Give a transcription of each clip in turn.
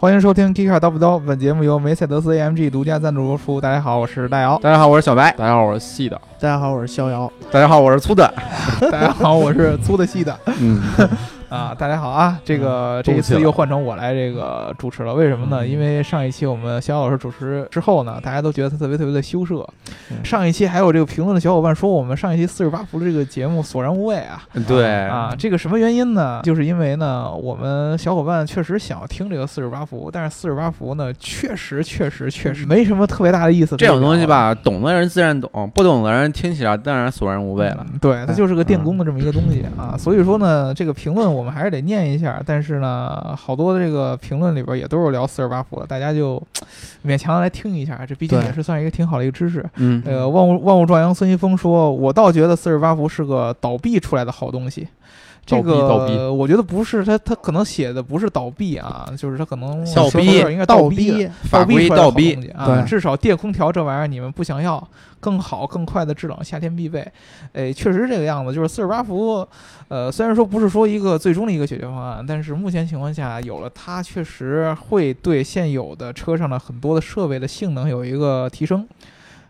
欢迎收听《k i k a 叨不叨》，本节目由梅赛德斯 AMG 独家赞助播出。大家好，我是大 姚。大家好，我是小白。大家好，我是细的。大家好，我是逍遥。大家好，我是粗的。大家好，我是粗的细的嗯，啊。大家好啊，这嗯个这一次又换成我来这个主持了，为什么呢？因为上一期我们肖老师主持之后呢，大家都觉得他特别特别的羞涩。嗯上一期还有这个评论的小伙伴说，我们上一期四十八伏这个节目索然无味啊。 对啊，这个什么原因呢？就是因为呢，我们小伙伴确实想要听这个四十八伏，但是四十八伏呢，确实确实确实没什么特别大的意思。嗯这种东西，吧，懂的人自然懂，不懂的人听起来当然索然无味了。嗯对，它就是个电工的这么一个东西啊。所以说呢，这个评论我们还是得念一下，但是呢，好多的这个评论里边也都是聊四十八伏的，大家就勉强来听一下，这毕竟对也是算一个挺好的一个知识。嗯那个万物万物壮阳孙一峰说，我倒觉得四十八伏是个倒闭出来的好东西。这倒闭倒闭个我觉得不是他，他可能写的不是倒闭啊，就是他可能倒说逼有点应该哎倒逼的，法嗯规出来的倒好逼东，西啊。对至少电空调这玩意儿你们不想要，更好更快的制冷，夏天必备。哎，确实是这个样子，就是四十八伏，呃，虽然说不是说一个最终的一个解决方案，但是目前情况下有了它，确实会对现有的车上的很多的设备的性能有一个提升，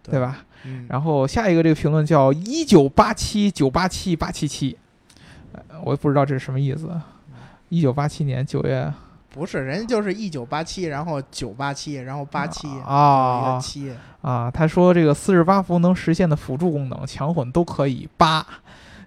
对对吧？嗯然后下一个这个评论叫一九八七九八七八七七，呃我也不知道这是什么意思。啊一九八七年九月不是，人家就是一九八七，然后九八七，然后八七，一啊个七，啊，他说这个四十八伏能实现的辅助功能强混都可以。八，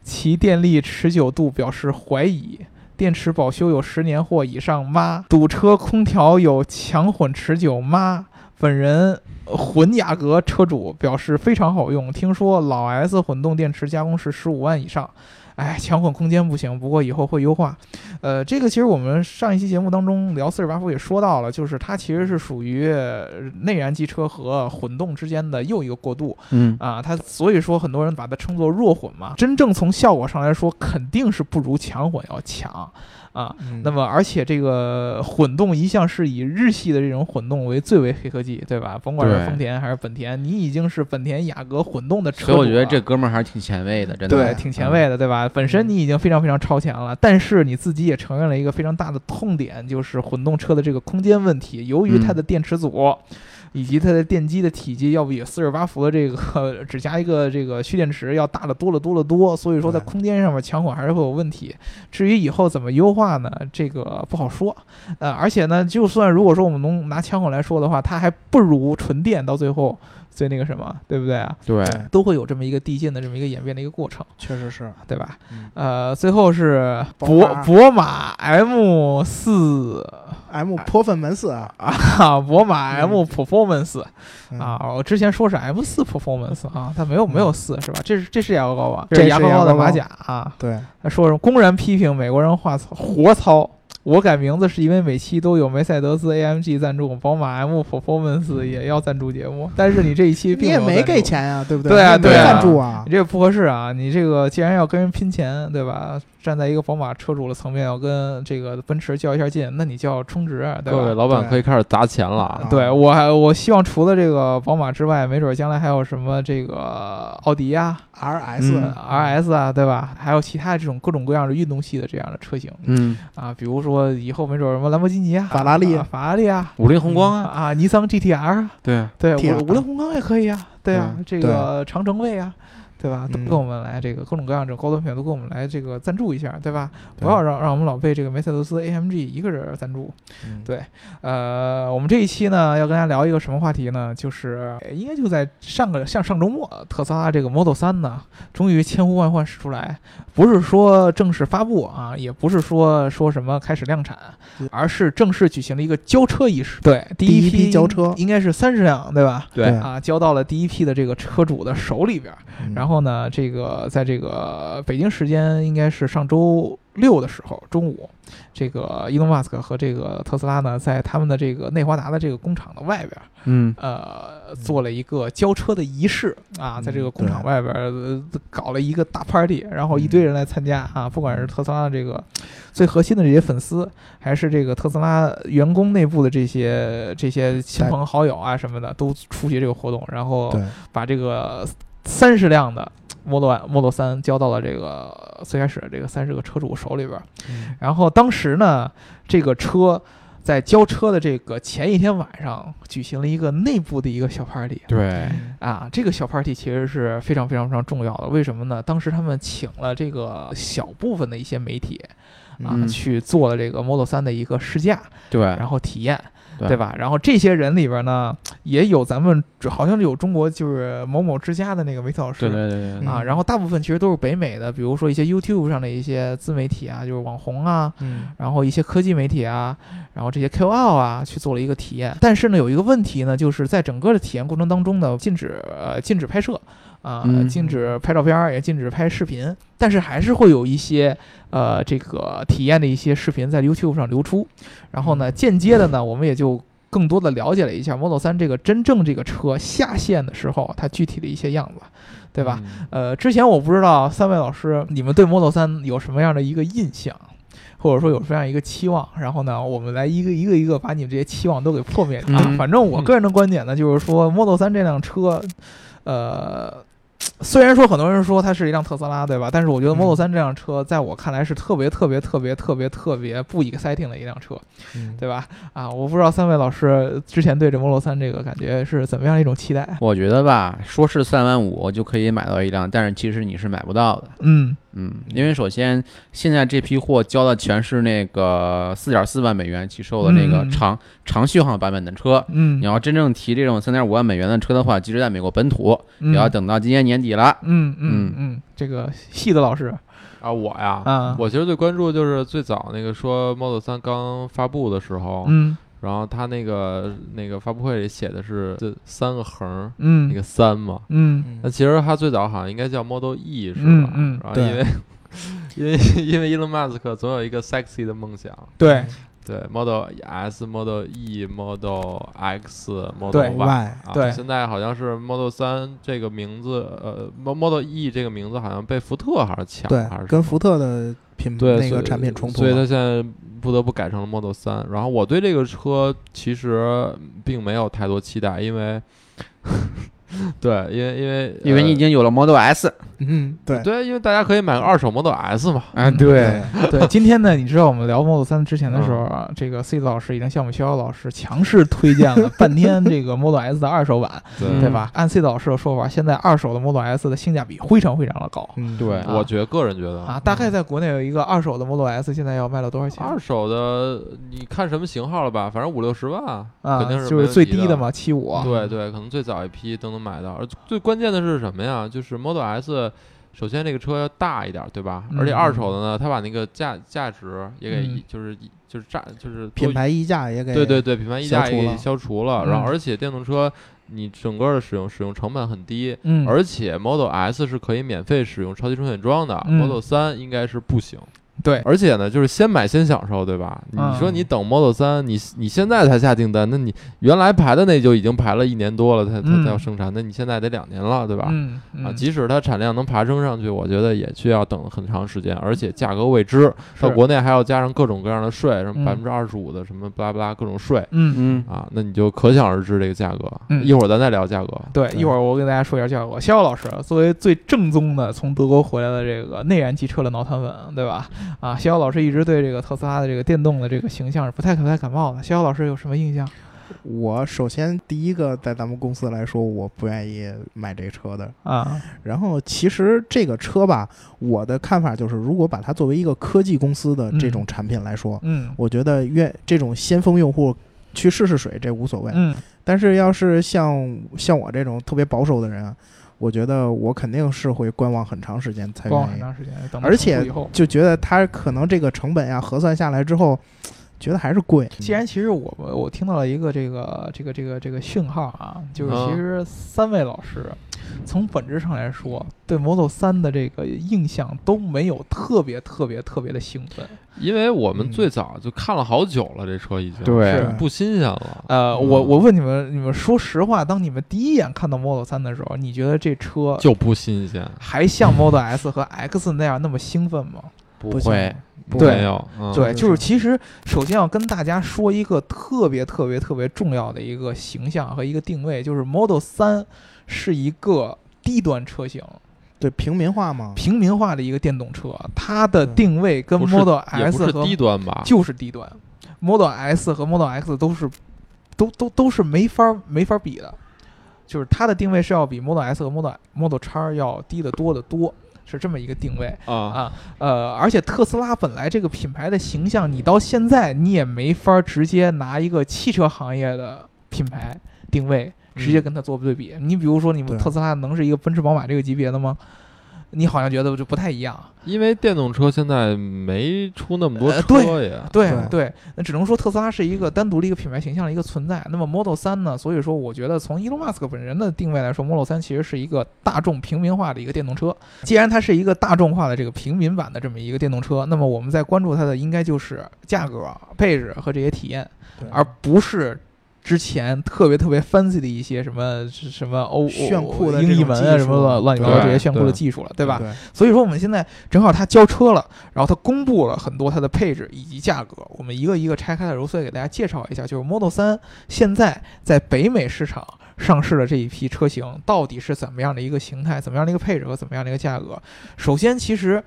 其电力持久度表示怀疑。电池保修有十年或以上吗？堵车空调有强混持久吗？本人呃混雅阁车主表示非常好用，听说老 S 混动电池加工是十五万以上。哎，强混空间不行，不过以后会优化。呃，这个其实我们上一期节目当中聊四十八伏也说到了，就是它其实是属于呃内燃机车和混动之间的又一个过渡嗯，啊。它所以说很多人把它称作弱混嘛，真正从效果上来说，肯定是不如强混要强啊。那么么，而且这个混动一向是以日系的这种混动为最为黑科技，对吧？甭管是对丰田还是本田，你已经是本田雅阁混动的车主所以了。我觉得这哥们儿还是挺前卫的，真的。对，挺前卫的，对吧？本身你已经非常非常超前了，但是你自己也承认了一个非常大的痛点，就是混动车的这个空间问题。由于它的电池组。以及它的电机的体积要比四十八伏的这个 只加一个这个蓄电池要大得多了多了多，所以说在对空间上面强混还是会有问题。至于以后怎么优化呢？这个不好说。呃，而且呢，就算如果说我们能拿强混来说的话，它还不如纯电到最后最那个什么，对不对啊？对，都会有这么一个递进的这么一个演变的一个过程，确实是，对吧？嗯呃，最后是宝博马博马 M 四 M 泼粪门四啊啊，博马 M Performance、嗯啊，我之前说是 M 四 Performance 啊，它没有没有四是吧？这是这是牙膏高吧？这是牙膏高的牙膏马甲啊。对，他说什么公然批评美国人话糙活糙。我改名字是因为每期都有梅赛德斯 AMG 赞助，宝马 M Performance 也要赞助节目，但是你这一期你并也没有没赞助给钱呀，对不对对啊啊，你也对没啊赞助啊你，这个不合适啊！你这个既然要跟人拼钱，对吧？站在一个宝马车主的层面，要跟这个奔驰较一下劲，那你就要充值，对各位吧？老板对可以开始砸钱了啊！对我还我希望除了这个宝马之外，没准将来还有什么这个奥迪啊呀、 R 嗯 S RS 啊，对吧？还有其他这种各种各样的运动系的这样的车型嗯，啊，比如说以后没准什么兰博基尼啊、法拉利啊、法拉利啊、五菱宏光啊，啊、尼桑 GTR 啊，对，对， TR 五五菱宏光也可以啊，对啊，嗯这个长城卫啊，对吧？都嗯跟我们来这个各种各样的高端品牌都跟我们来这个赞助一下，对吧？对不啊要让让我们老被这个梅赛德斯 AMG 一个人赞助。嗯对呃，我们这一期呢要跟大家聊一个什么话题呢？就是呃应该就在上个像上周末，特斯拉这个 Model 3呢，终于千呼万唤始出来，不是说正式发布啊，也不是说说什么开始量产，而是正式举行了一个交车仪式。对，第嗯第一一批批交车应该是三十辆，对吧？对对啊，交到了第一批的这个车主的手里边儿。嗯然后呢，这个在这个北京时间应该是上周六的时候中午，这个伊隆马斯克和这个特斯拉呢，在他们的这个内华达的这个工厂的外边儿，嗯，呃，做了一个交车的仪式啊，嗯在这个工厂外边儿、呃搞了一个大 party，然后一堆人来参加啊，不管是特斯拉的这个最核心的这些粉丝，还是这个特斯拉员工内部的这些这些亲朋好友啊什么的，都出席这个活动，然后对把这个三十辆的 Model Model 三交到了这个最开始的这个三十个车主手里边儿。嗯然后当时呢，这个车在交车的这个前一天晚上举行了一个内部的一个小 party 对，啊，这个小 party 其实是非常非常非常重要的。为什么呢？当时他们请了这个小部分的一些媒体啊，嗯去做了这个 Model 3的一个试驾，对然后体验，对对吧？然后这些人里边呢，也有咱们好像有中国就是某某之家的那个梅特老师，对对对对，啊，嗯然后大部分其实都是北美的，比如说一些 YouTube 上的一些自媒体啊，就是网红啊，嗯然后一些科技媒体啊，然后这些 KOL 啊去做了一个体验。但是呢，有一个问题呢，就是在整个的体验过程当中呢，禁止呃禁止拍摄啊、嗯禁止拍照片儿，也禁止拍视频，但是还是会有一些呃这个体验的一些视频在 YouTube 上流出。然后呢，间接的呢，我们也就。更多的了解了一下 Model 3这个真正这个车下线的时候，它具体的一些样子，对吧？嗯？呃，之前我不知道三位老师你们对 Model 3有什么样的一个印象，或者说有什么样一个期望？然后呢，我们来一个一个一个把你们这些期望都给破灭掉。嗯反正我个人的观点呢，就是说 Model 3这辆车，呃。虽然说很多人说它是一辆特斯拉，对吧？但是我觉得嗯 Model 3这辆车在我看来是特别特别特别特别特别不 exciting 的一辆车，嗯对吧？啊，我不知道三位老师之前对这 Model 3这个感觉是怎么样的一种期待？啊我觉得吧，说是三万五就可以买到一辆，但是其实你是买不到的。嗯嗯，因为首先现在这批货交的全是那个四点四万美元起售的那个嗯长、长续航版本的车。嗯，你要真正提这种三点五万美元的车的话，即使在美国本土，也要嗯等到今年年底了。嗯嗯嗯，这个系的老师啊，我呀，啊，我其实最关注就是最早那个说 Model 3刚发布的时候，嗯然后他那个那个发布会里写的是这三个横儿，那嗯个三嘛。嗯呃那其实它最早好像应该叫 Model E 是吧？嗯嗯然后对因为 因为因为伊隆马斯克总有一个 sexy 的梦想，对嗯对 Model S、Model E、Model X、对 Model Y。 ，Y，啊对现在好像是 Model 三这个名字，呃，Mo-，Model E 这个名字好像被福特好像抢了，还对，是跟福特的品对那所个以产品冲突所以它了，现在不得不改成了 Model 三。然后我对这个车其实并没有太多期待，因为 对，因为因为因为你已呃经有了 Model S 嗯，对对，因为大家可以买个二手 Model S 嘛，啊，对，对，今天呢，你知道我们聊 Model 三之前的时候啊，这个 C 老师已经向我们逍遥老师强势推荐了半天这个 Model S 的二手版，嗯嗯对对吧？按 C 老师的说法，现在二手的 Model S 的性价比非常非常的高嗯对，啊我觉个人觉得啊，大概在国内有一个二手的 Model S 现在要卖到多少钱？二手的你看什么型号了吧，反正五六十万啊肯定，是就没是问最题低的的。嘛，七五。对对，可能最早一批都能买到。而最关键的是什么呀？就是 Model S，首先这个车要大一点，对吧？而且嗯二手的呢，它把那个价价值也给、嗯就是就是占就是多品牌溢价也给对对对品牌溢价消除也给了消除了。然后嗯而且电动车你整个的使用使用成本很低。嗯，而且 Model S 是可以免费使用超级充电桩的、嗯 m o d e l 3应该是不行。对而且呢，就是先买先享受，对吧？你嗯说你等 Model 3，你你现在才下订单，那你原来排的那就已经排了一年多了，它它嗯才要生产，那你现在得两年了，对吧？嗯啊，嗯，即使它产量能爬升上去，我觉得也需要等很长时间，而且价格未知，到是国内还要加上各种各样的税，什么嗯百分之二十五的什么巴拉巴拉各种税嗯。嗯，啊，那你就可想而知这个价格。嗯一会儿咱再聊价格。对，一会儿我给大家说一下价格。逍遥老师啊作为最正宗的从德国回来的这个内燃机车的脑瘫粉，对吧？啊，逍遥老师一直对这个特斯拉的这个电动的这个形象是不太不太感冒的。逍遥老师有什么印象？我首先第一个在咱们公司来说，我不愿意买这车的。啊，然后其实这个车吧，我的看法就是，如果把它作为一个科技公司的这种产品来说，嗯我觉得愿这种先锋用户去试试水这无所谓。嗯但是要是像像我这种特别保守的人啊，我觉得我肯定是会观望很长时间才逛愿很意，长时间，等它而成且嗯熟以后，就觉得它可能这个成本呀核算下来之后，觉得还是贵。既然其实我我我听到了一个这个这个这个这个讯号啊，就是嗯其实三位老师从本质上来说，对 Model 3的这个印象都没有特别特别特别的兴奋。因为我们嗯最早就看了好久了，这车已经对是不新鲜了。呃，嗯我我问你们，你们说实话，当你们第一眼看到 Model 3的时候，你觉得这车就不新鲜，还像 Model S 和 X 那样那么兴奋吗？不不会行，对没有，嗯对，就是是其实首先要跟大家说一个特别特别特别重要的一个形象和一个定位，就是 Model 3是一个低端车型，嗯对平民化嘛，平民化的一个电动车，它的对定位跟不是 Model 也 S 不是和低端吧？就是低端。 Model S 和 Model X 都是都都都是没法没法比的，就是它的定位是要比 Model S 和 Model Model X 要低得多得多，是这么一个定位。啊，啊，呃，而且特斯拉本来这个品牌的形象，你到现在你也没法儿直接拿一个汽车行业的品牌定位直接嗯跟它做对比。你比如说，你们对特斯拉能是一个奔驰、宝马这个级别的吗？你好像觉得就不太一样，因为电动车现在没出那么多呃车也，对对对，那只能说特斯拉是一个单独的一个品牌形象的一个存在。那么 Model 三呢？所以说，我觉得从 Elon Musk 本人的定位来说，Model 三其实是一个大众平民化的一个电动车。既然它是一个大众化的这个平民版的这么一个电动车，那么我们在关注它的应该就是价格、配置和这些体验，对而不是。之前特别特别 fancy 的一些什么什么欧炫酷的这英译种文技啊什么术乱乱七八糟这对些炫酷的对技术了，对吧？对所以说我们现在正好它交车了，然后它公布了很多它的配置以及价格，我们一个一个拆开了揉碎给大家介绍一下。就是 Model 3现在在北美市场上市的这一批车型到底是怎么样的一个形态、怎么样的一个配置和怎么样的一个价格？首先，其实。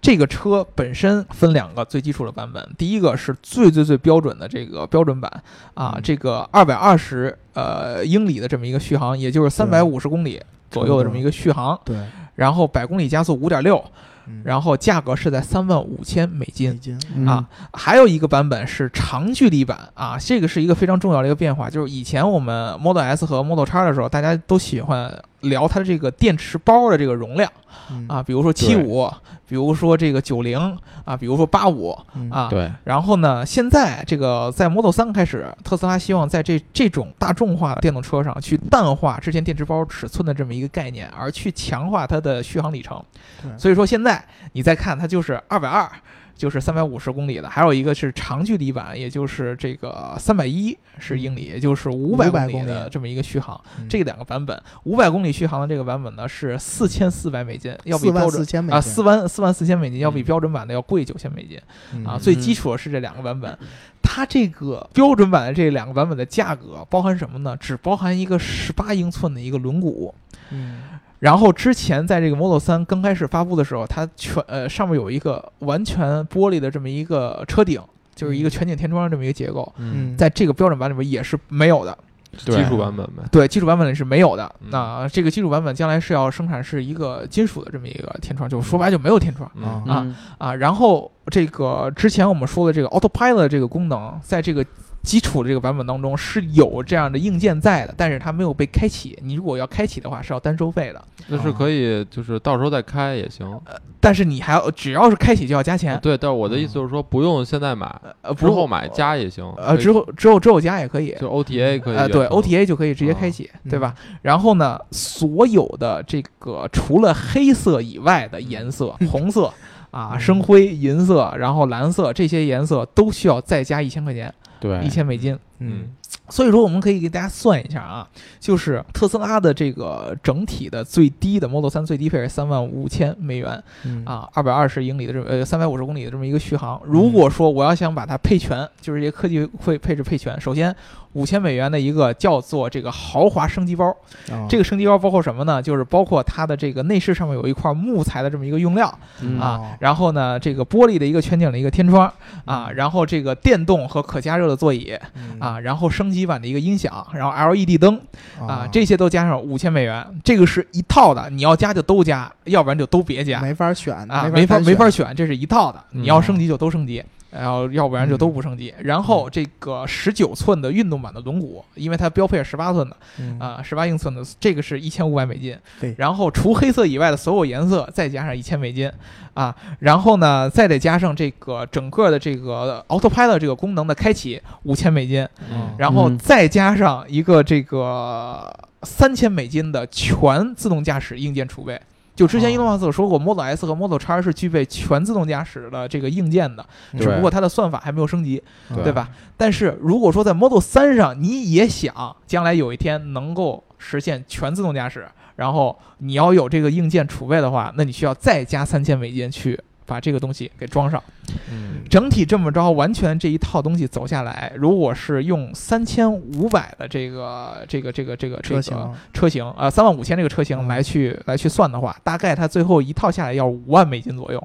这个车本身分两个最基础的版本，第一个是最最最标准的这个标准版啊，嗯这个二百二十呃英里的这么一个续航，也就是三百五十公里左右的这么一个续航，对，然后百公里加速五点六，嗯然后价格是在三万五千美美金。金啊，还有一个版本是长距离版啊，这个是一个非常重要的一个变化，就是以前我们 Model S 和 Model X 的时候，大家都喜欢聊它这个电池包的这个容量嗯啊，，比如说七五，比如说这个九零啊，比如说八五嗯嗯啊，对，然后呢，现在这个在 Model 3开始，特斯拉希望在这这种大众化的电动车上去淡化之前电池包尺寸的这么一个概念，而去强化它的续航里程。对所以说现在你再看它就是二百二。就是三百五十公里的，还有一个是长距离版，也就是这个三百一十英里，也就是五百500公里嗯公的里这么一个续航。嗯这两个版本，五百公里续航的这个版本呢是四千四百美金，要比四标万准四千美啊金四万四万四千美金，要比嗯标准版的要贵九千美金。啊，嗯最基础的是这两个版本。它这个标准版的这两个版本的价格包含什么呢？只包含一个十八英寸的一个轮毂。嗯然后之前在这个 Model 3刚开始发布的时候，它全呃上面有一个完全玻璃的这么一个车顶，就是一个全景天窗这么一个结构，嗯，在这个标准版里面也是没有的。基础版本呗，对，基础版本里是没有的。嗯那这个基础版本将来是要生产是一个金属的这么一个天窗，就是说白了就没有天窗。嗯啊啊嗯啊，然后这个之前我们说的这个 Autopilot 这个功能，在这个基础的这个版本当中是有这样的硬件在的，但是它没有被开启。你如果要开启的话，是要单收费的。那是可以，就是到时候再开也行。但是你还要只要是开启就要加钱，对，但是我的意思就是说，不用现在买，嗯呃，哦之不后买加也行。呃可以之后之后之后加也可以，就 OTA 可以呃对远程 OTA 就可以直接哦开启，对吧？嗯然后呢，所有的这个除了黑色以外的颜色，红 色。啊，嗯深灰、银色，然后蓝色这些颜色都需要再加一千块钱，对，一千美金。嗯所以说，我们可以给大家算一下啊，就是特斯拉的这个整体的最低的 Model 3最低配是三万五千美元嗯啊，二百二十英里的这么呃三百五十公里的这么一个续航。如果说我要想把它配全，就是这些科技会配置配全，首先五千美元的一个叫做这个豪华升级包，这个个升级包包括什么呢？就是包括它的这个内饰上面有一块木材的这么一个用料，嗯啊，然后呢，这个玻璃的一个全景的一个天窗啊，然后这个电动和可加热的座椅嗯啊，然后升级版的一个音响，然后 LED 灯哦啊，这些都加上五千美元，这个是一套的，你要加就都加，要不然就都别加没法选啊，没法法没没法选，这是一套的，嗯你要升级就都升级。然后，要不然就都不升级。然后这个十九寸的运动版的轮毂，因为它标配是十八寸的嗯啊，十八英寸的，这个是一千五百美金对。然后除黑色以外的所有颜色，再加上一千美金啊。然后呢，再得加上这个整个的这个 Autopilot 这个功能的开启五千美金，嗯然后嗯再加上一个这个三千美金的全自动驾驶硬件储备。就之前伊哦隆马斯克说过，Model S 和 Model X 是具备全自动驾驶的这个硬件的，嗯只不过它的算法还没有升级，对对吧？但是如果说在 Model 3上，你也想将来有一天能够实现全自动驾驶，然后你要有这个硬件储备的话，那你需要再加三千美金去把这个东西给装上。嗯整体这么着，完全这一套东西走下来，如果是用三千五百的这个这个这个这个这车个型嗯车型啊，三万五千这个车型来去来去算的话，大概它最后一套下来要五万美金左右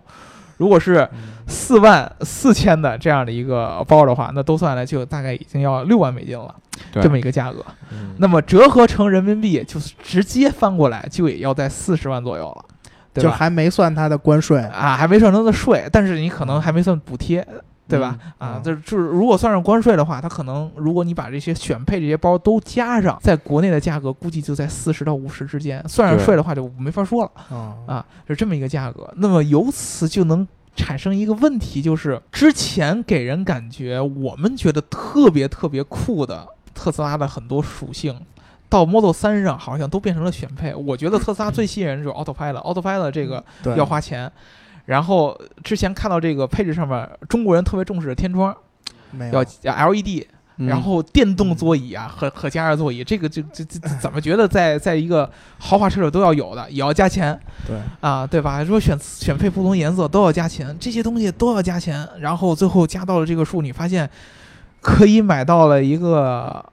如果是嗯四万四千的这样的一个包的话，那都算下来就大概已经要六万美金了，对这么一个价格。嗯那么折合成人民币，就是直接翻过来就也要在四十万左右了，对就吧？还没算它的关税，啊，还没算它的税，但是你可能还没算补贴，对吧？啊，嗯就是就是，如果算上关税的话，它可能如果你把这些选配这些包都加上，在国内的价格估计就在四十到五十之间，算上对税的话就没法说了嗯啊，是这么一个价格。那么由此就能。产生一个问题，就是之前给人感觉我们觉得特别特别酷的特斯拉的很多属性，到 Model 3上好像都变成了选配。我觉得特斯拉最吸引人就是 Autopilot，Autopilot 这个对，要花钱。然后之前看到这个配置上面，中国人特别重视天窗，没有要要 LED，哎嗯然后电动座椅啊和和加热座椅，这个就这这怎么觉得在在一个豪华车手都要有的，也要加钱对，啊，对吧？说选选配不同颜色都要加钱，这些东西都要加钱。然后最后加到了这个数，你发现可以买到了一个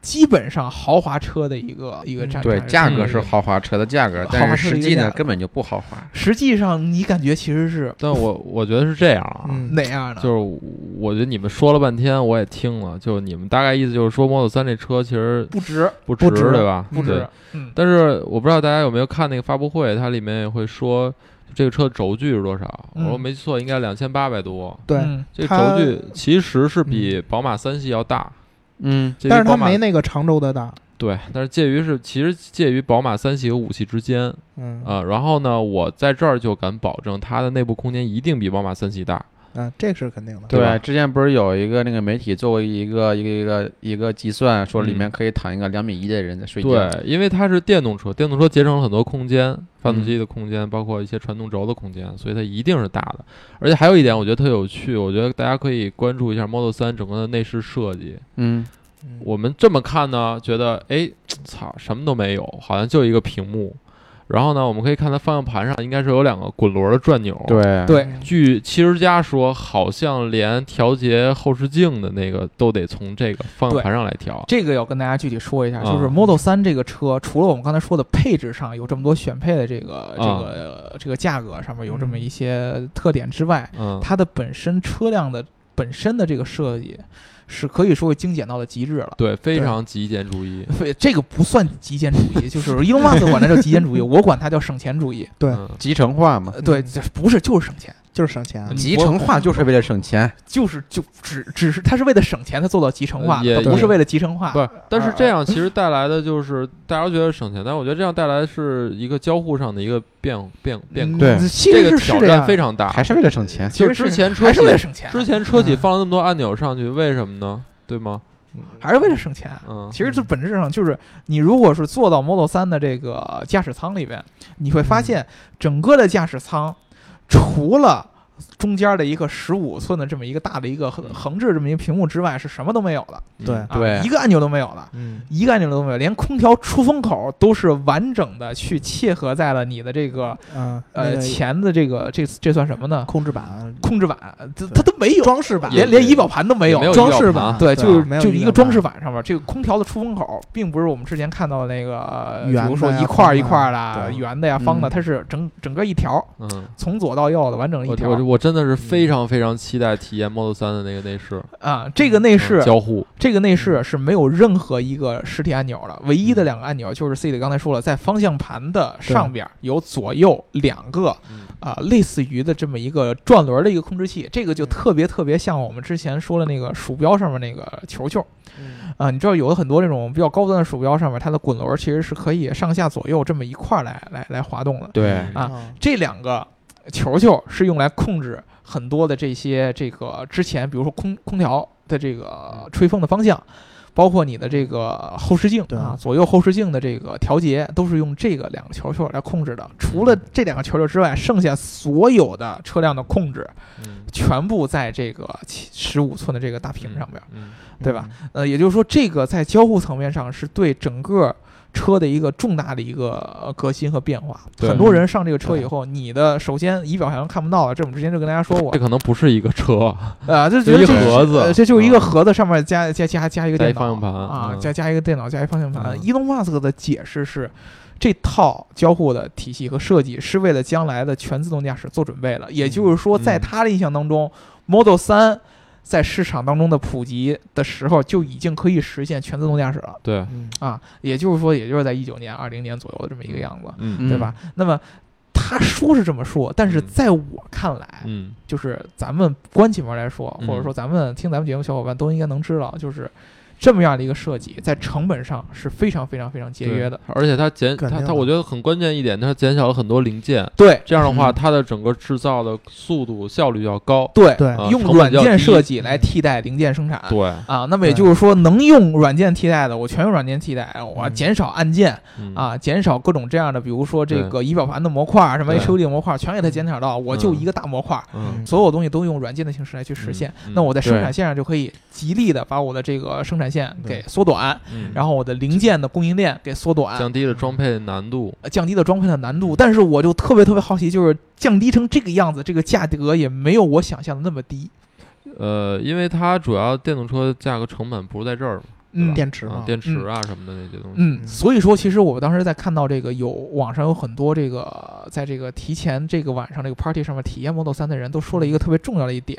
基本上豪华车的一个一个嗯价对，价格是嗯豪华车的价格，但豪华是车的实一个际价呢格根本就不豪华。实际上你感觉其实是但我我觉得是这样啊，嗯，哪样的？就是我我觉得你们说了半天，我也听了，就是你们大概意思就是说 Model 3这车其实不值，不值，不值对吧？不对值。嗯，但是我不知道大家有没有看那个发布会，它里面也会说这个车的轴距是多少。嗯我说没错，应该两千八百多。对，嗯这它轴距其实是比宝马三系要大，嗯，介于但是它宝马没那个长轴的大，对，但是介于是其实介于宝马三系和五系之间嗯啊、然后呢，我在这儿就敢保证它的内部空间一定比宝马三系大。啊，这是肯定的，对吧之前不是有一个那个媒体做过一个一个一个一个计算，说嗯里面可以躺一个两米一的人在睡觉。对，因为它是电动车，电动车节省了很多空间，发动机的空间，包括一些传动轴的空间，所以它一定是大的。而且还有一点，我觉得特有趣，我觉得大家可以关注一下 Model 3整个的内饰设计。嗯，嗯我们这么看呢，觉得哎，操，什么都没有，好像就一个屏幕。然后呢，我们可以看它方向盘上应该是有两个滚轮的转钮。，哦对，对，嗯据汽车之家说，好像连调节后视镜的那个都得从这个方向盘上来调。这个要跟大家具体说一下，就是嗯 Model 3这个车，除了我们刚才说的配置上有这么多选配的这啊个这个这个价格上面有这么一些特点之外，嗯，它的本身车辆的本身的这个设计是可以说精简到了极致了。 对，非对常极简主义。非这个不算极简主义，就是伊隆马斯克管它叫极简 主义，我管它叫省钱主义。对嗯集成化嘛，呃对，这不是就是省钱，就是省钱，嗯呃集成化就是为了省钱。就是就只只是它是为了省钱，它做到集成化，呃也它不也是为了集成化。不是，但是啊这样其实带来的就是大家觉得省钱，但我觉得这样带来的是一个交互上的一个变变变嗯革，对其这实个是挑这战样非常大。还是为了省钱，其就实之是前车还企是为了省钱，之前车企嗯放了那么多按钮上去，为什么呢？对吗？还是为了省钱。啊嗯，其实这本质上就是，你如果是坐到 Model 3的这个驾驶舱里边，你会发现整个的驾驶舱除了中间的一个十五寸的这么一个大的一个横横置这么一个屏幕之外，是什么都没有的，嗯对啊对一个按钮都没有的，嗯一个按钮都没有，连空调出风口都是完整的去切合在了你的这个啊，那呃个前的这个这这算什么呢？控制板、控制板，这对它都没有，装饰板也连连仪表盘都没也有没，有装仪表饰盘吧对，对就啊没是有就仪一表个装盘饰板上面，这个空调的出风口，并不是我们之前看到的那个，呃比圆如说的呀一块儿方一的块儿对的啊圆的呀、方的，嗯它是整整个一条，嗯，从左到右的完整的一我条我我真嗯的是非常非常期待体验 Model 3的那个内饰啊。这个内饰嗯，交互，这个内饰是没有任何一个实体按钮的，唯一的两个按钮就是 C 的刚才说了，在方向盘的上边有左右两个嗯啊、类似于的这么一个转轮的一个控制器，这个就嗯特别特别像我们之前说的那个鼠标上面那个球球。嗯啊，你知道有的很多这种比较高端的鼠标上面，它的滚轮其实是可以上下左右这么一块儿来来来滑动的。对嗯啊，这两个球球是用来控制很多的这些这个之前，比如说空空调的这个吹风的方向，包括你的这个后视镜对啊，左右后视镜的这个调节，都是用这个两个球球来控制的。除了这两个球球之外，剩下所有的车辆的控制嗯全部在这个十五寸的这个大屏上边。，嗯对吧？呃，也就是说，这个在交互层面上是对整个车的一个重大的一个呃革新和变化。对很多人上这个车以后，你的首先仪表盘看不到了，这我们之前就跟大家说过这，可能不是一个车，呃，就觉就得一这盒子呃，这就是一嗯个盒子，上面加加加加一个加一电脑方向盘啊，嗯加加一个电脑，加一方向盘。嗯 Elon Musk 的解释是，这套交互的体系和设计是为了将来的全自动驾驶做准备了。也就是说，在嗯他的印象当中、m o d e l 3在市场当中的普及的时候，就已经可以实现全自动驾驶了对，嗯啊。也就是说，也就是在一九年、二零年左右的这么一个样子，嗯嗯对吧？那么他说是这么说，但是嗯在我看来，嗯就是咱们观景方来说，嗯或者说咱们听咱们节目小伙伴都应该能知道，就是这么样的一个设计，在成本上是非常非常非常节约的。而且它减肯它定它，的我觉得很关键一点，它减小了很多零件，对这样的话，嗯它的整个制造的速度效率要高。对对啊用成软本较低件设计来替代零件生产。对，啊，那么也对就是说，能用软件替代的，我全用软件替代，我嗯减少按键嗯，啊，减少各种这样的，比如说这对个仪表盘的模块儿，什么对 HUD 模块儿，全给它减少到，我就嗯一个大模块儿，嗯，所有东西都用软件的形式来去实现。嗯嗯那我在生对产线上就可以极力的把我的这个生产线给对缩短，嗯然后我的零件的供应链给缩短，降低了装配难度。呃降低了装配的难度。但是我就特别特别好奇，就是降低成这个样子，这个价格也没有我想象的那么低。呃，因为它主要电动车价格成本不是在这儿嘛，嗯电池啊嘛，电池啊什么的那些东西。嗯，所以说其实我当时在看到这个有网上有很多这个在这个提前这个晚上这个 party 上面体验 Model 3的人都说了一个特别重要的一点，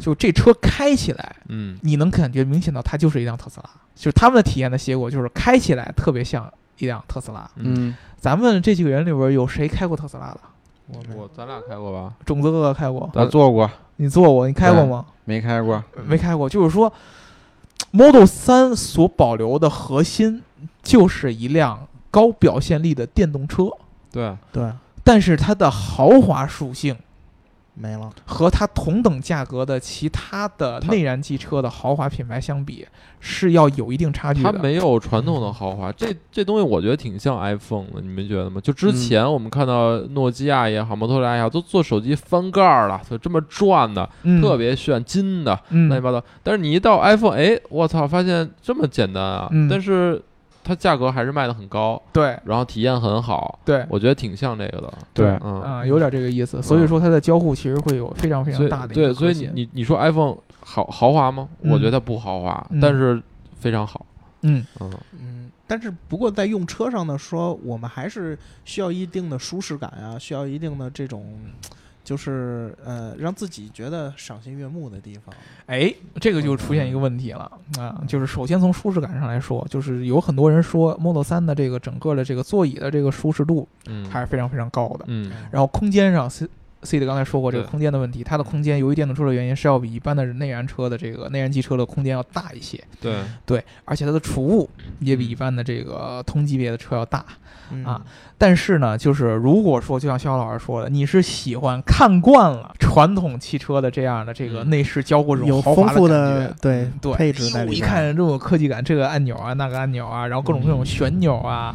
就这车开起来，嗯你能感觉明显到它就是一辆特斯拉，就是他们的体验的结果就是开起来特别像一辆特斯拉。嗯，嗯，咱们这几个人里边有谁开过特斯拉的？我们我咱俩开过吧？种子哥哥开过，我做过，你坐过？你开过吗？没开过，没开过。就是说，Model 3所保留的核心就是一辆高表现力的电动车，对，对但是它的豪华属性没了，和它同等价格的其他的它内燃机车的豪华品牌相比，是要有一定差距它的。没有传统的豪华，这这东西我觉得挺像 iPhone 的，你们觉得吗？就之嗯前我们看到诺基亚也好，摩托罗拉也好，都做手机翻盖儿了，就这么转的，嗯，特别炫，金的，嗯乱七八糟。但是你一到 iPhone，哎，我操，发现这么简单啊！嗯但是它价格还是卖的很高，对然后体验很好，对。我觉得挺像这个的。对嗯，啊、有点这个意思，所以说它的交互其实会有非常非所常以大的一对，个所以革新你你你说 iPhone 好豪华吗？嗯我觉得它不豪华，嗯但是非常好。嗯，嗯，嗯，但是不过在用车上呢，说我们还是需要一定的舒适感啊，需要一定的这种，就是呃，让自己觉得赏心悦目的地方。哎，这个就出现一个问题了啊，就是首先从舒适感上来说，就是有很多人说 Model 3的这个整个的这个座椅的这个舒适度嗯，还是非常非常高的。嗯然后空间上，C C 的刚才说过这个对空间的问题，它的空间由于电动车的原因是要比一般的内燃车的这个内燃机车的空间要大一些，对对，而且它的储物也嗯比一般的这个同级别的车要大。嗯啊，但是呢，就是如果说就像肖老师说的，你是喜欢看惯了传统汽车的这样的这个嗯内饰交互这有种豪丰华富感觉。对对，配置在哎呦里一边。看这么有科技感，这个按钮啊，那个按钮啊，然后各种各种旋钮啊，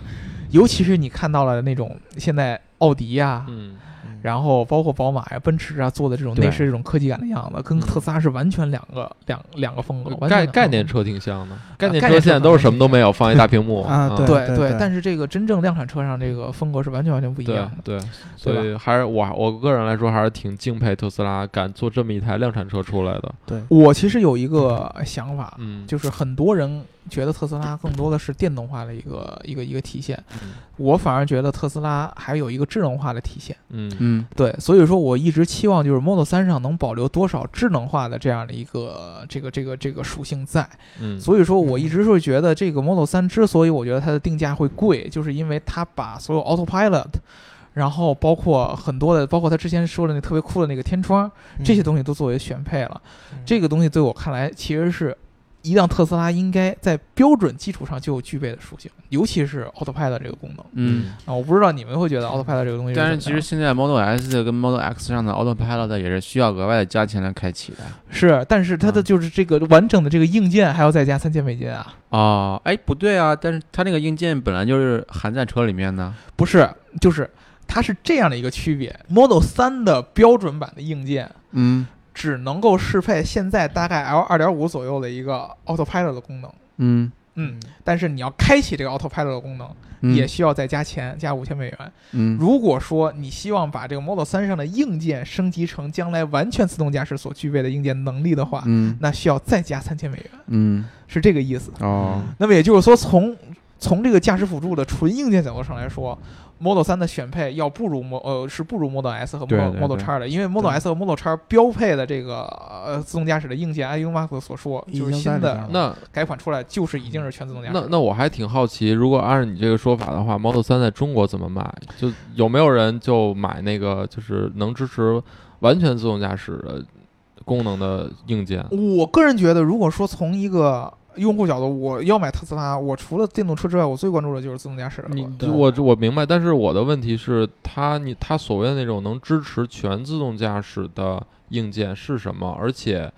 尤其是你看到了那种现在奥迪呀、嗯嗯然后包括宝马呀、奔驰啊做的这种对内饰这种科技感的样子，跟特斯拉是完全两个两两个风格，完全啊概两个概念风格车挺像的，概念概车念车现在都是什么都没有，放一大屏幕啊嗯对对对但是这个真正量产车上这个风格是完全完全不一对样的。对，所以还是我我个人来说还是挺敬佩特斯拉敢做这么一台量产车出来的。我其实有一个想法，嗯，啊就是很多人觉得特斯拉更多的是电动化的一个一个一个体现，嗯我反而觉得特斯拉还有一个智能化的体现。嗯嗯对，所以说我一直期望就是 Model 3上能保留多少智能化的这样的一个这个这个这个属性在。嗯，所以说我一直是觉得这个 Model 3之所以我觉得它的定价会贵，就是因为它把所有 Autopilot。然后包括很多的，包括他之前说的那特别酷的那个天窗，嗯这些东西都作为选配了。这个东西对我看来，其实是一辆特斯拉应该在标准基础上就有具备的属性，尤其是 Autopilot 这个功能嗯。啊。我不知道你们会觉得 Autopilot 这个东西是怎么但样的，是其实现在 Model S 跟 Model X 上的 Autopilot 也是需要额外的加钱来开启的是，但是它的嗯就是这个完整的这个硬件还要再加三千美金啊？哦，哎，不对啊，但是它那个硬件本来就是含在车里面的，不是，就是它是这样的一个区别，Model 3的标准版的硬件。嗯只能够适配现在大概 L 二点五左右的一个 Autopilot 的功能，嗯，嗯，但是你要开启这个 Autopilot 的功能，嗯也需要再加钱，加五千美元。嗯如果说你希望把这个 Model 3上的硬件升级成将来完全自动驾驶所具备的硬件能力的话，嗯那需要再加三千美元，嗯是这个意思。哦那么也就是说，从从这个驾驶辅助的纯硬件角度上来说，Model 3的选配要不如 Mo 呃是不如 Model S 和对 Model 对 Model 对 X 的，因为 Model 对 S 和 Model X 标配的这个呃自动驾驶的硬件，按用 Max 所说，已就是经新在里的面了那改款出来就是已经是全自动驾驶那了。嗯那我还挺好奇，如果按照你这个说法的话，Model 3在中国怎么卖？就有没有人就买那个就是能支持完全自动驾驶的功能的硬件？我个人觉得，如果说从一个用户角度，我要买特斯拉，我除了电动车之外，我最关注的就是自动驾驶了。你对我我明白，但是我的问题是，它你它所谓的那种能支持全自动驾驶的硬件是什么？而且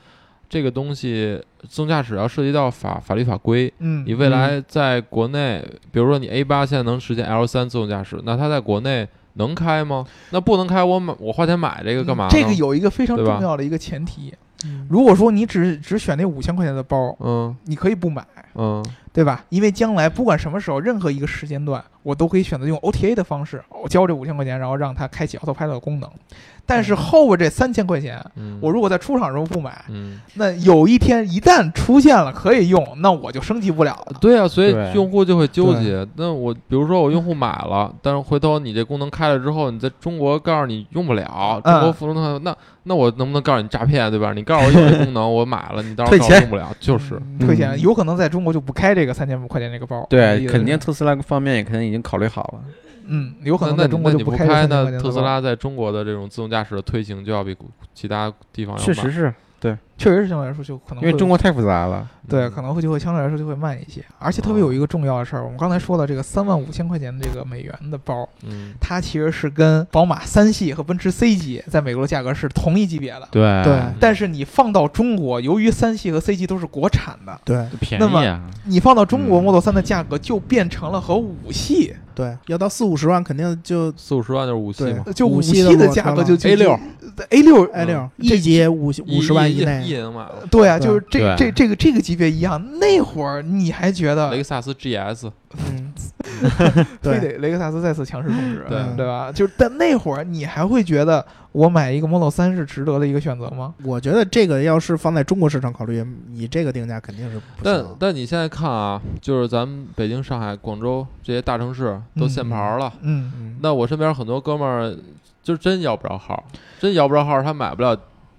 这个东西自动驾驶要涉及到法法律法规，嗯，你未来在国内，比如说你 A 八现在能实现 L 三自动驾驶，那它在国内能开吗？那不能开，我买我花钱买这个干嘛呢？这个有一个非常对重吧要的一个前提，嗯如果说你只只选那五千块钱的包，嗯你可以不买，嗯对吧？因为将来不管什么时候，任何一个时间段，我都可以选择用 OTA 的方式，我交这五千块钱，然后让它开启 Autopilot 的功能。但是后边这三千块钱，嗯，我如果在出厂时候不买，嗯，那有一天一旦出现了可以用，那我就升级不了了。对啊，所以对用户就会纠结。那我比如说我用户买了，但是回头你这功能开了之后，你在中国告诉你用不了，中国嗯服从它，那那我能不能告诉你诈骗，对吧？你告诉我有这功能，我买了，你到时候退告诉我钱用不了，就是嗯退钱，嗯有可能在中国就不开这个三千块钱这个包。对，意思肯定是特斯拉方面也肯定已经考虑好了。嗯，有可能那在那中你国那就你不开这三千块那钱的特斯包，拉在中国的这种自动驾驶的推行就要比其他地方要确慢。实是确实是相对来说就可能因为会中国太复杂了。对，可能会就会相对来说就会慢一些，而且特别有一个重要的事儿，我们刚才说的这个三万五千块钱的这个美元的包，嗯，它其实是跟宝马三系和奔驰 C 级在美国的价格是同一级别嗯的。对对但是你放到中国，由于三系和 C 级都是国产的，对便那宜么啊，你放到中国嗯 Model 3的价格就变成了和五系，对，要到四五十万肯定就四五十万就是五系对嘛，呃就五系系的的价格摩就就托 A 六 A 六嗯嗯 A 六这一节五五十万一以一内，人买了。对啊，对就是这对这这个这个级别一样。那会儿你还觉得呃雷克萨斯 GS，嗯，非对得雷克萨斯再次强势控制，对对吧？就是但那会儿你还会觉得我买一个 Model 3是值得的一个选择吗？我觉得这个要是放在中国市场考虑，以这个定价肯定是不行但但你现在看啊，就是咱们北京、上海、广州这些大城市都限牌了。嗯，嗯，那我身边很多哥们儿就真摇不着号，真摇不着号，他买不了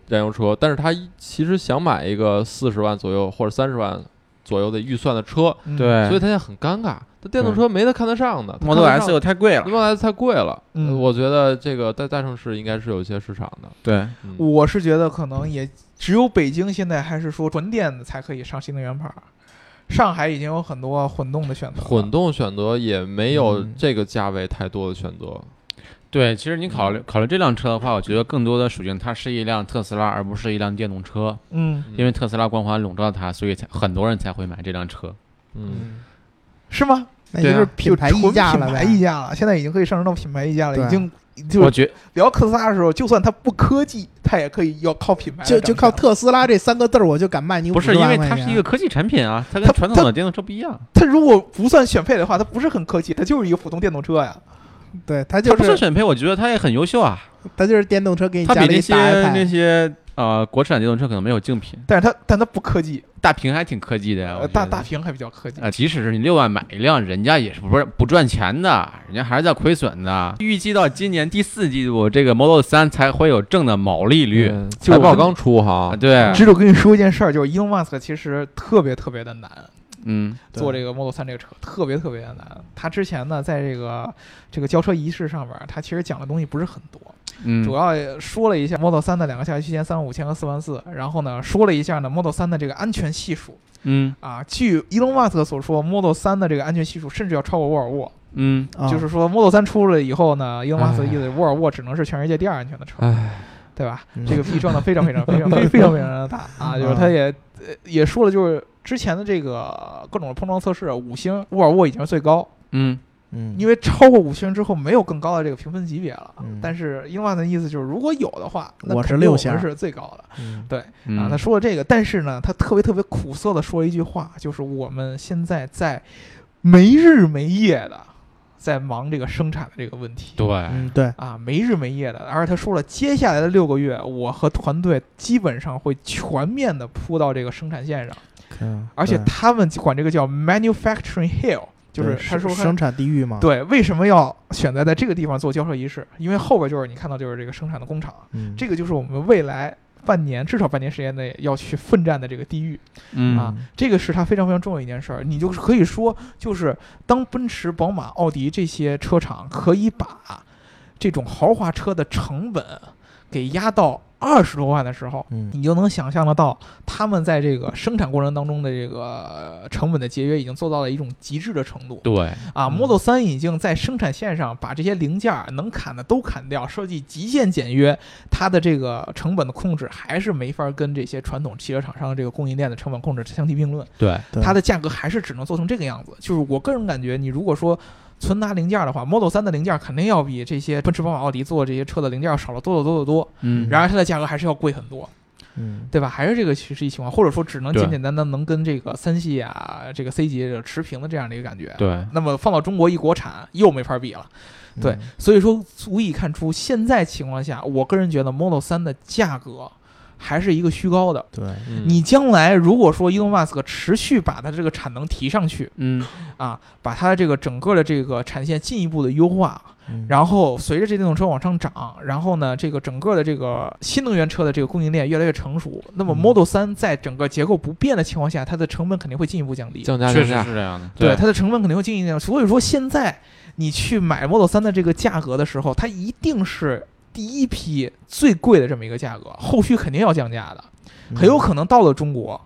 燃油车，但是他一其实想买一个四十万左右或者三十万左右的预算的车，嗯，哎对，所以他现在很尴尬，他电动车没他看得上的。他看 Model 得上 S 又太贵了。 Model S 太贵了，嗯我觉得这个在大城市应该是有一些市场的。对，嗯我是觉得可能也只有北京现在还是说纯电才可以上新能源牌，上海已经有很多混动的选择了。混动选择也没有嗯这个价位太多的选择，对，其实你考虑考虑这辆车的话，我觉得更多的属于它是一辆特斯拉，而不是一辆电动车，嗯，因为特斯拉光环笼罩了它，所以才很多人才会买这辆车。嗯，嗯，是吗？那就是品牌啊就溢纯价了品呗牌，溢价了，现在已经可以上升到品牌溢价了，对已经就我是觉聊特斯拉的时候，就算它不科技，它也可以要靠品牌来就涨价，就靠特斯拉这三个字儿，我就敢卖你不是50因万为块它钱是一个科技产品啊，它跟它传统的电动车不一样，它如果不算选配的话，它不是很科技，它就是一个普通电动车呀。对，它它就不算是选配，我觉得它也很优秀啊，它就是电动车给你它加比了那一些大 iPad 那些呃国产电动车可能没有竞品，但是它但它不科技，大屏还挺科技啊的呀，呃我觉得大大屏还比较科技。啊，即使是你六万买一辆，人家也是不是不赚钱的，人家还是在亏损的。预计到今年第四季度，这个 Model 3才会有正的毛利率。嗯就财报我跟刚出啊，哈，哎对，只是我跟你说一件事儿，就是 Elon Musk 其实特别特别的难，嗯，对做这个 Model 3这个车特别特别的难。他之前呢，在这个这个交车仪式上边儿，他其实讲的东西不是很多，嗯，主要也说了一下 Model 3的两个下区间三万五千和四万四，然后呢说了一下呢 Model 3的这个安全系数嗯啊，据 Elon Musk 所说，Model 3的这个安全系数甚至要超过沃尔沃，嗯，啊就是说 Model 3出了以后呢，Elon Musk 的哎意思，沃尔沃只能是全世界第二安全的车。唉，对吧？嗯这个弊端呢非常非常非常 非常非常非常的大啊！就是他也呃也说了，就是之前的这个各种的碰撞测试，五星沃尔沃已经是最高，嗯，嗯，因为超过五星之后没有更高的这个评分级别了。嗯但是英万的意思就是，如果有的话，那我是肯定六我星们是最高的嗯嗯啊。他说了这个，但是呢，他特别特别苦涩的说了一句话，就是我们现在在没日没夜的在忙这个生产的这个问题。对，嗯对，啊，没日没夜的。而且他说了，接下来的六个月，我和团队基本上会全面的扑到这个生产线上，嗯而且对他们管这个叫 manufacturing hill，就是对他生说生产地域嘛，，对，为什么要选择在这个地方做交车仪式？因为后边就是你看到就是这个生产的工厂，嗯，这个就是我们未来半年至少半年时间内要去奋战的这个地域。嗯啊，这个是它非常非常重要的一件事儿。你就是可以说，就是当奔驰、宝马、奥迪这些车厂可以把这种豪华车的成本给压到二十多万的时候，嗯你就能想象得到，他们在这个生产过程当中的这个呃成本的节约已经做到了一种极致的程度对，啊。嗯 Model 3已经在生产线上把这些零件儿能砍的都砍掉，设计极限简约，它的这个成本的控制还是没法跟这些传统汽车厂商的这个供应链的成本控制相提并论。对，对它的价格还是只能做成这个样子。就是我个人感觉，你如果说纯拿零件儿的话，Model 3的零件儿肯定要比这些奔驰、宝马、奥迪做这些车的零件儿要少了多得多得多。嗯然而它的价格还是要贵很多，嗯对吧？还是这个实际情况，或者说只能对简简单单能跟这个三系啊、这个 C 级这个持平的这样的一个感觉。对，那么放到中国一国产又没法比了，对嗯所以说足以看出现在情况下，我个人觉得 Model 3的价格还是一个虚高的。对，嗯你将来如果说 Elon Musk 持续把它这个产能提上去，嗯啊，把它这个整个的这个产线进一步的优化，嗯然后随着这电动车往上涨，然后呢，这个整个的这个新能源车的这个供应链越来越成熟，那么嗯 Model 3在整个结构不变的情况下，它的成本肯定会进一步降低。降价确降实价，是这样的，对，它的成本肯定会进一步降低。所以说，现在你去买 Model 3的这个价格的时候，它一定是第一批最贵的这么一个价格，后续肯定要降价的。嗯很有可能到了中国，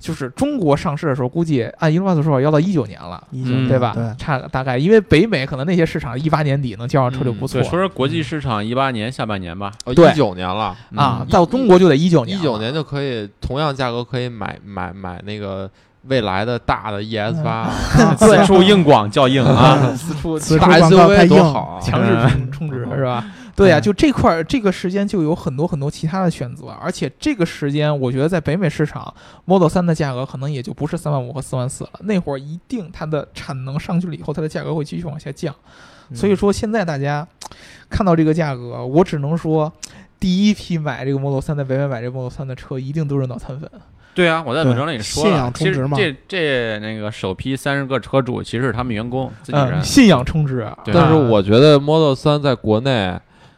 就是中国上市的时候，估计按伊隆马斯克说法要到一九年了。一嗯九对吧？对，差大概，因为北美可能那些市场一八年底能交上车就不错嗯对，说是国际市场一八年下半年吧，对哦一九年了，啊嗯，到中国就得一九年一了，九年就可以同样价格可以买买买那个未来的大的 ES 八、此嗯处应广较硬啊，四处此大处广告太 SUV 硬多好啊！强制充充值是吧？对呀、嗯就这块儿这个时间就有很多很多其他的选择，而且这个时间我觉得在北美市场，Model 3的价格可能也就不是三万五和四万四了，那会儿一定它的产能上去了以后，它的价格会继续往下降。嗯所以说现在大家看到这个价格，我只能说，第一批买这个 Model 3在北美买这个 Model 3的车，一定都是脑残粉。对啊，我在对文章里也说信了仰，其充值实嘛这这那个首批三十个车主其实是他们员工自己人嗯，，信仰充值。对但是啊我觉得 Model 三在国内，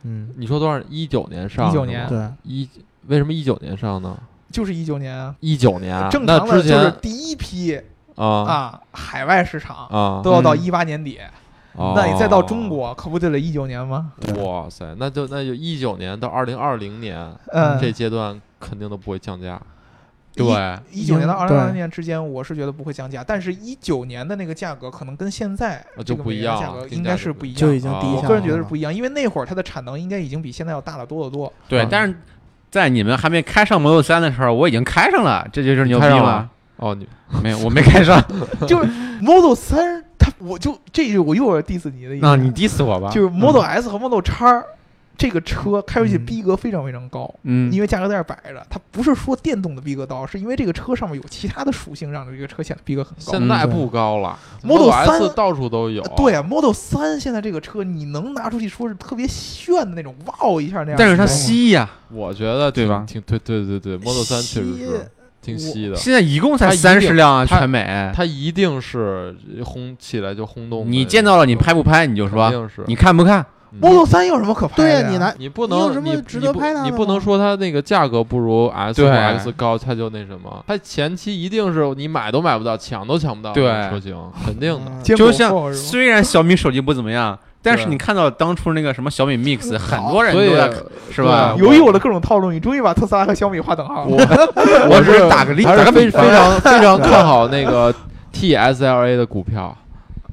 嗯，你说多少？一九年上， 19年对，一为什么一九年上呢？就是一九年啊，一九年啊，正那常的之就前是第一批啊啊，海外市场啊，都要到嗯一八年底，哦那你再到中，国，可不就得一九年吗？哇塞，那就那就一九年到二零二零年嗯，这阶段肯定都不会降价，对，一九年嗯到二零二零对年之间，我是觉得不会降价，但是一九年的那个价格可能跟现在啊这就个不美一元的样价了格定应价该就是不不一样，哦就已经啊低下了。我个人觉得是不一样，因为那会儿它的产能应该已经比现在要大得多得多。对，但是在你们还没开上 Model 3的时候，我已经开上了，这就是牛逼开上了了。哦，你没有，我没开上。就是 Model 三，它我就这就我又要 diss 你的意思， 那你 diss 我吧。就是 Model S 和 Model 叉这个车开出去嗯逼格非常非常高，嗯，因为价格在这儿摆着，它不是说电动的逼格高，是因为这个车上面有其他的属性，让这个车显得逼格很高。现在嗯不高了 Model 三 S 到处都有，呃对啊，Model 三现在这个车，你能拿出去说是特别炫的那种，哇哦一下那样的东西，但是它稀呀，我觉得挺对吧挺对对对对，Model 三确实稀是挺稀的，现在一共才它一定三十辆啊，它全美。它一定是轰起来就轰动的那种。你见到了，你拍不拍？你就肯说，定是你看不看？嗯 Model 三有什么可拍对啊的啊呀，你拿你不你有什能么你值你得不拍它你的不能吗说它那个价格不如 S 对或 X 高，它就那什么，它前期一定是你买都买不到，抢都抢不到的对车型，肯定的。嗯结就果像虽然小米手机不怎么样，但是对你看到当初那个什么小米 Mix，很多人所以都在是吧？对由于我的各种套路，你终于把特斯拉和小米划等号了。我是是打个例，还打是个比非方非。 常非常看好那个 TSLA 的股票，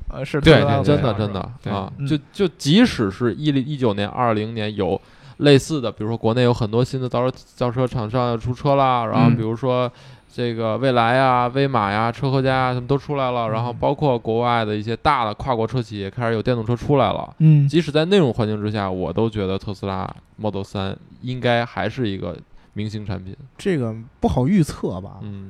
呃，是对特斯拉对和对真小的米真的对啊嗯！就就即使是一零一九年、二零年有类似的，比如说国内有很多新的造车造车厂商要出车啦，然后嗯比如说这个蔚来呀、威马呀、车和家呀，他们都出来了，然后嗯包括国外的一些大的跨国车企也开始有电动车出来了。嗯，即使在那种环境之下，我都觉得特斯拉 Model 3应该还是一个明星产品。这个不好预测吧？嗯，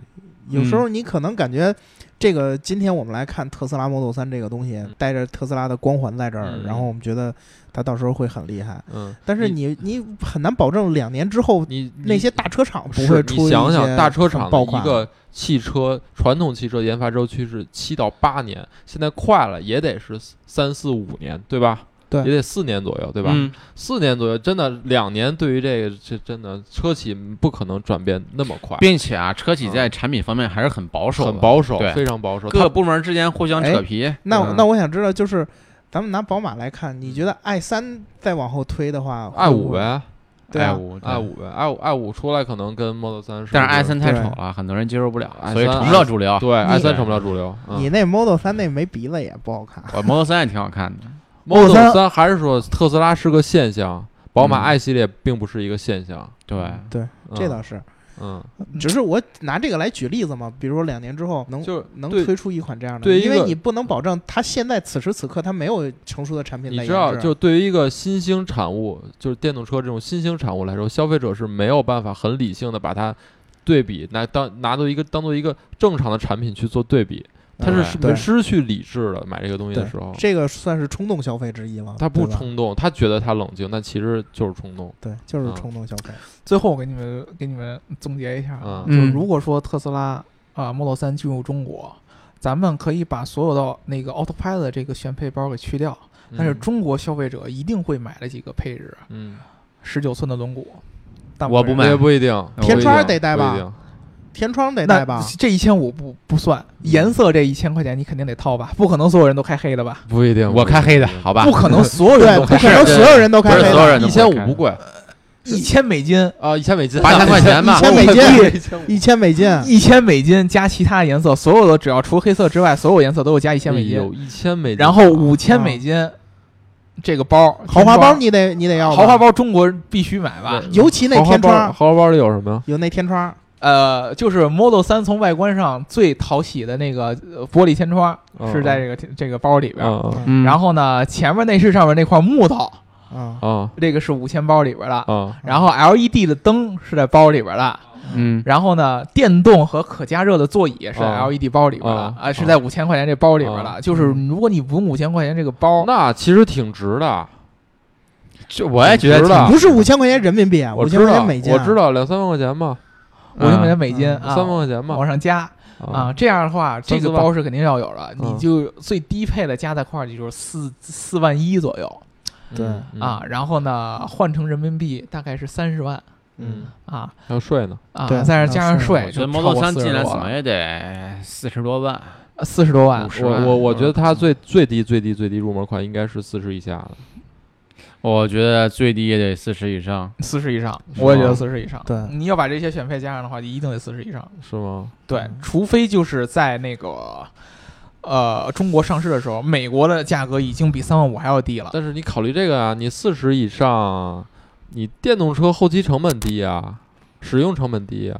有时候你可能感觉这个，今天我们来看特斯拉 Model 3这个东西嗯，带着特斯拉的光环在这儿，嗯然后我们觉得它到时候会很厉害，嗯，但是你你很难保证两年之后你那你些大车厂不是会出你想一想，些大车很厂的爆一款个汽车传统汽车研发周期是七到八年，现在快了也得是三四五年，对吧？对也得四年左右，对对吧？四年左右，真的两年对于这个，这真的车企不可能转变那么快，并且啊，车企在产品方面还是很保守的，很保守，对非常保守。各它个部门之间互相哎扯皮。那我嗯那我想知道，就是咱们拿宝马来看，你觉得 i 三再往后推的话， i 五呗，呗对啊爱五，i，五呗，i 五 i 五出来可能跟 Model 三，但是 i 三太对丑了，很多人接受不了，啊 i3 所以成不了主流。对 i 你三成不了主流。嗯你那 Model 3那没鼻子也不好看。我 Model 三也挺好看的， Model Model 三还是说特斯拉是个现象，宝马嗯 i 系列并不是一个现象。对，对，嗯这倒是，嗯，只是我拿这个来举例子嘛，比如说两年之后能就是嗯能对推出一款这样的，对一因个为你不能保证它现在此时此刻它没有成熟的产品你在研知道，制。啊就对于一个新兴产物，就是电动车这种新兴产物来说，消费者是没有办法很理性的把它对比拿当拿到一个当做一个正常的产品去做对比，它是嗯对失失去理智了。买这个东西的对时哦候，这个算是冲动消费之一了。他不对吧，冲动，他觉得他冷静，但其实就是冲动。对，就是嗯冲动消费。最后我给你们给你们总结一下啊，嗯就是嗯如果说特斯拉啊、Model 3进入中国，咱们可以把所有的那个 Autopilot 的这个选配包给去掉，但是嗯中国消费者一定会买的几个配置，嗯，十九寸的轮毂，但我不认买也不一定，天窗窗得带吧？天窗得带那吧？这一千五不不算，嗯颜色这一千块钱你肯定得掏吧，不可能所有人都开黑的吧？不一定，我开黑的，好吧不？可能所有 人对，都不开可黑能的，所有人都不开是黑所有的。人都一不千五开不贵一千美金，啊，一 千美金，八千块钱吧一，千美金，一千美金，一千美金加其他颜色，所有的只要除黑色之外，所有颜色都有加一千美哎金，有哎一千美金，啊然后五千美金、这个包豪华包天窗你得你得要吧豪华，包中国必须买吧？尤其那豪华天包窗豪华包里有什么呀？有那天窗，呃，就是 Model 三从外观上最讨喜的那个呃玻璃天窗嗯是在这个这个包里边，嗯嗯嗯，然后呢前面内饰上面那块木头，啊，嗯这个是五千包里边的。嗯然后 LED 的灯是在包里边的，嗯，然后呢，电动和可加热的座椅是在哦 LED 包里边的，哦啊，是在五千块钱这包里边的。哦就是如果你不用五千块钱这个包，那其实挺值的，就我也觉得值了啊挺不是五千块钱人民币，我五知千块道，钱美金，啊我知，道两三万块钱嘛，五千块钱嗯美金、嗯啊，三万块钱嘛往上加啊，，这样的话，这三四个万包是肯定要有的，嗯你就最低配的加在块儿，也就是四四万一左右对嗯啊，，然后呢，换成人民币大概是三十万嗯，啊还有税呢，啊，对再加上我税，觉就得 Model 三进来怎么了，也得四十多万，四十多万五。十我万。我我觉得它最最低最低最低入门款应该是四十以下的，我觉得最低也得四十以上。四十以上，是我也觉得吗四十以上。对你要把这些选配加上的话，一定得四十以上。是吗？对嗯，除非就是在那个呃中国上市的时候，美国的价格已经比三万五还要低了。但是你考虑这个啊，你四十以上，你电动车后期成本低啊，使用成本低啊，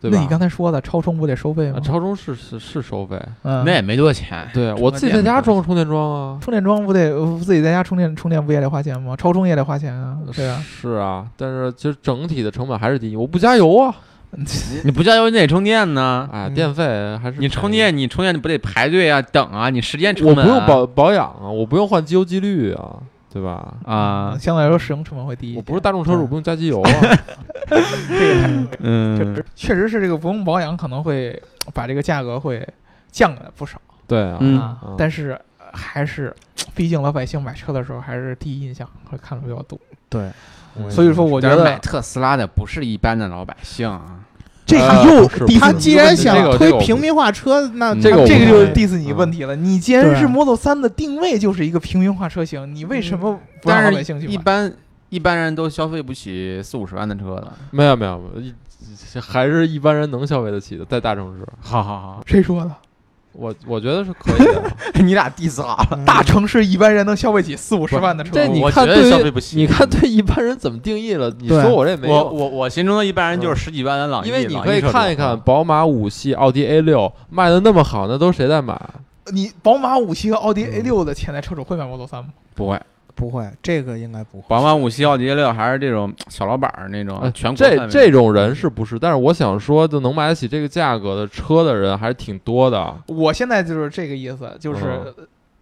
对吧？那你刚才说的超充不得收费吗啊？超充是是是收费，嗯，那也没多少钱，对啊我自己在电家不装充电桩啊，充电桩不得呃自己在家充电，充电不也得花钱吗？超充也得花钱啊，对啊。是啊，但是其实整体的成本还是低，我不加油啊，你不加油你得充电呢。哎，嗯电费还是你充电，你充电你不得排队啊、等啊，你时间便宜，我成不本、啊、用保保养啊，我不用换机油机滤啊，对吧？啊， 相对来说使用成本会低一些。我不是大众车主，嗯不用加机油啊，这个太，嗯这，确实是这个不用保养可能会把这个价格会降了不少对啊，嗯啊，但是呃还是，毕竟老百姓买车的时候还是第一印象会看的比较多，对，嗯所以说我觉但是买得特斯拉的不是一般的老百姓啊，这呃又不是他不是既然这个这想个推我不平民化车，那这个我他这个不就同是意 diss 你问题了。你既然对是 Model 3的定位就是一个平民化车型，你为什么不让老嗯但百是姓去一买？般一般人都消费不起四五十万的车的。没有没有，一还是一般人能消费得起的，在大城市，好好好，谁说的？我我觉得是可以的。你俩 diss 好了，嗯大城市一般人能消费起四五十万的车？这你我看觉得对于消费不起你看对一般人怎么定义了？你对说我这没我有，我我心中的一般人就是十几万的朗逸，因为你朗逸可以车主看一看，宝马五系、奥迪 A 六卖的那么好，那都谁在买？你宝马五系和奥迪嗯 A 六的潜在车主会买 Model 3吗？不会，嗯不会，这个应该不会。宝马五系、奥迪 A 六还是这种小老板儿那种呃，全国这范围这种人是不是？但是我想说，就能买得起这个价格的车的人还是挺多的。啊我现在就是这个意思，就是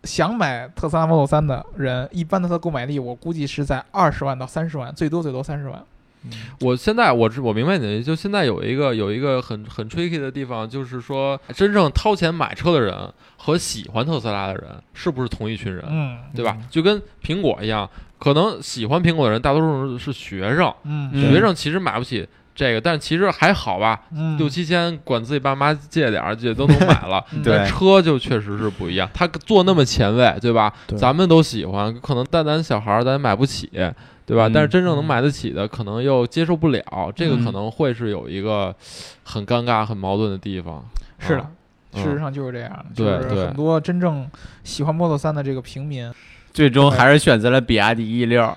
想买特斯拉 Model 3的人，一般的他购买力，我估计是在二十万到三十万，最多最多三十万。嗯我现在我知我明白你的意思，就现在有一个有一个很很 tricky 的地方，就是说真正掏钱买车的人和喜欢特斯拉的人是不是同一群人，嗯对吧嗯？就跟苹果一样，可能喜欢苹果的人大多数是学生，嗯嗯学生其实买不起这个，但其实还好吧，嗯，六七千管自己爸妈借点儿，也都能买了。嗯对但车就确实是不一样，他做那么前卫，对吧？对咱们都喜欢，可能蛋蛋小孩儿咱买不起，对吧？嗯但是真正能买得起的，可能又接受不了，这个嗯可能会是有一个很尴尬、很矛盾的地方。是啊的，嗯事实上就是这样的，就对是对很多真正喜欢 Model 3的这个平民，最终还是选择了比亚迪 E 六。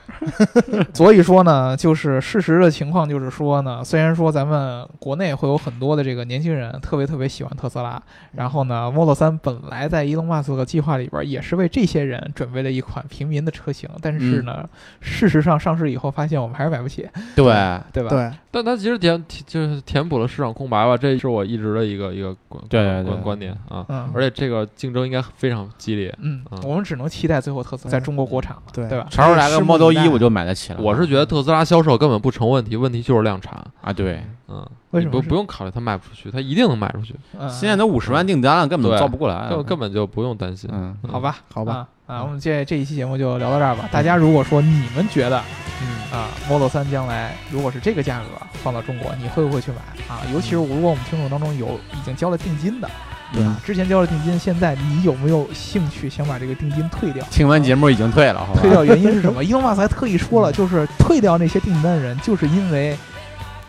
所以说呢，就是事实的情况就是说呢，虽然说咱们国内会有很多的这个年轻人特别特别喜欢特斯拉，然后呢，Model 3本来在 Elon Musk 的计划里边也是为这些人准备了一款平民的车型，但是呢，嗯事实上上市以后发现我们还是买不起，对，对吧？对，但它其实填填就是填补了市场空白吧，这是我一直的一个一个观对对观对观点啊。嗯而且这个竞争应该非常激烈。嗯嗯，我们只能期待最后特斯拉哎在中国国产了，对对吧？啥时候来个拭目 Model 以待一我就买得起了。我是觉得特斯拉销售根本不成问题，问题就是量产。啊，对，嗯，为你什么不是不用考虑它卖不出去，它一定能卖出去，嗯，现在都五十万订单了，根本对造不过来，根根本就不用担心。嗯，啊好吧，好吧，啊，啊，我们这这一期节目就聊到这儿吧。大家如果说你们觉得嗯，啊，Model 3将来如果是这个价格放到中国，你会不会去买啊？嗯尤其是如果我们听众当中有已经交了定金的，对啊，之前交了定金，现在你有没有兴趣想把这个定金退 掉？听完节目已经退了，好吧退？掉原因是什么？伊隆马斯还特意嗯说了，就是退掉那些订单的人，就是因为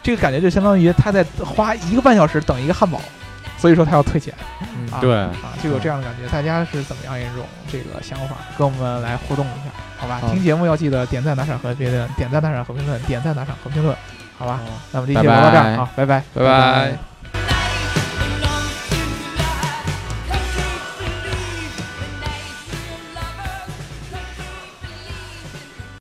这个感觉就相当于他在花一个半小时等一个汉堡，所以说他要退钱嗯啊。对，啊，就有这样的感觉。大家是怎么样一种这个想法？跟我们来互动一下，好吧？好听节目要记得点赞、打赏和评论，点赞、打赏和评论，点赞、打赏和评论，好吧？好那么这期节目到这拜儿，拜好，拜拜。拜拜。